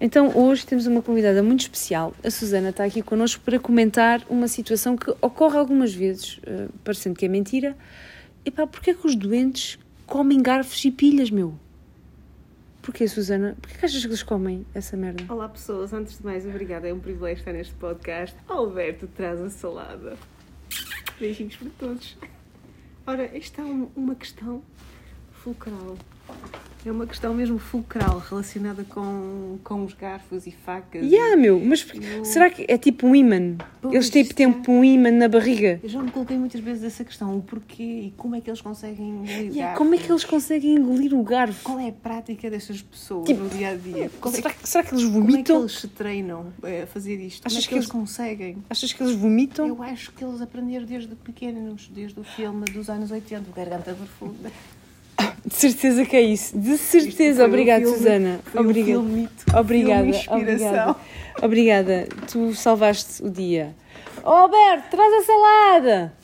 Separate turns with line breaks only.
Então hoje temos uma convidada muito especial. A Susana está aqui connosco para comentar uma situação que ocorre algumas vezes, eh, parecendo que é mentira. Epá, porquê é que os doentes comem garfos e pilhas, meu? Porquê, Susana? Porquê que achas que eles comem essa merda?
Olá pessoas, antes de mais, obrigada, é um privilégio estar neste podcast. Alberto traz a salada. Beijinhos para todos. Ora, esta é um- uma questão fulcral. É uma questão mesmo fulcral, relacionada com, com os garfos e facas.
Yeah, meu, mas porquê-
Eu-
será que é tipo um imã?
Pois, é.
Eles têm
isso
tipo um imã na barriga?
Eu já me coloquei muitas vezes essa questão, o porquê e como é que eles conseguem lidar.
Yeah, como é que eles conseguem engolir o garfo?
Qual é a prática destas pessoas
Tipo,
no dia a dia? Como é,
será, que, será que eles
como é que
vomitam?
eles se treinam eh, a fazer isto? Como
Achas
é
que
que eles
eles-
conseguem?
Achas que eles vomitam?
Eu acho que eles aprenderam desde pequenos, desde o filme dos anos 80, o Garganta Profunda.
De certeza que é isso. De
Isto
certeza.
foi um
Obrigada,
filme-
Susana.
foi um
Obrigada.
filme mito,
Obrigada.
filme inspiração.
Obrigada. Obrigada. Tu salvaste o dia. Oh, Alberto, traz a salada!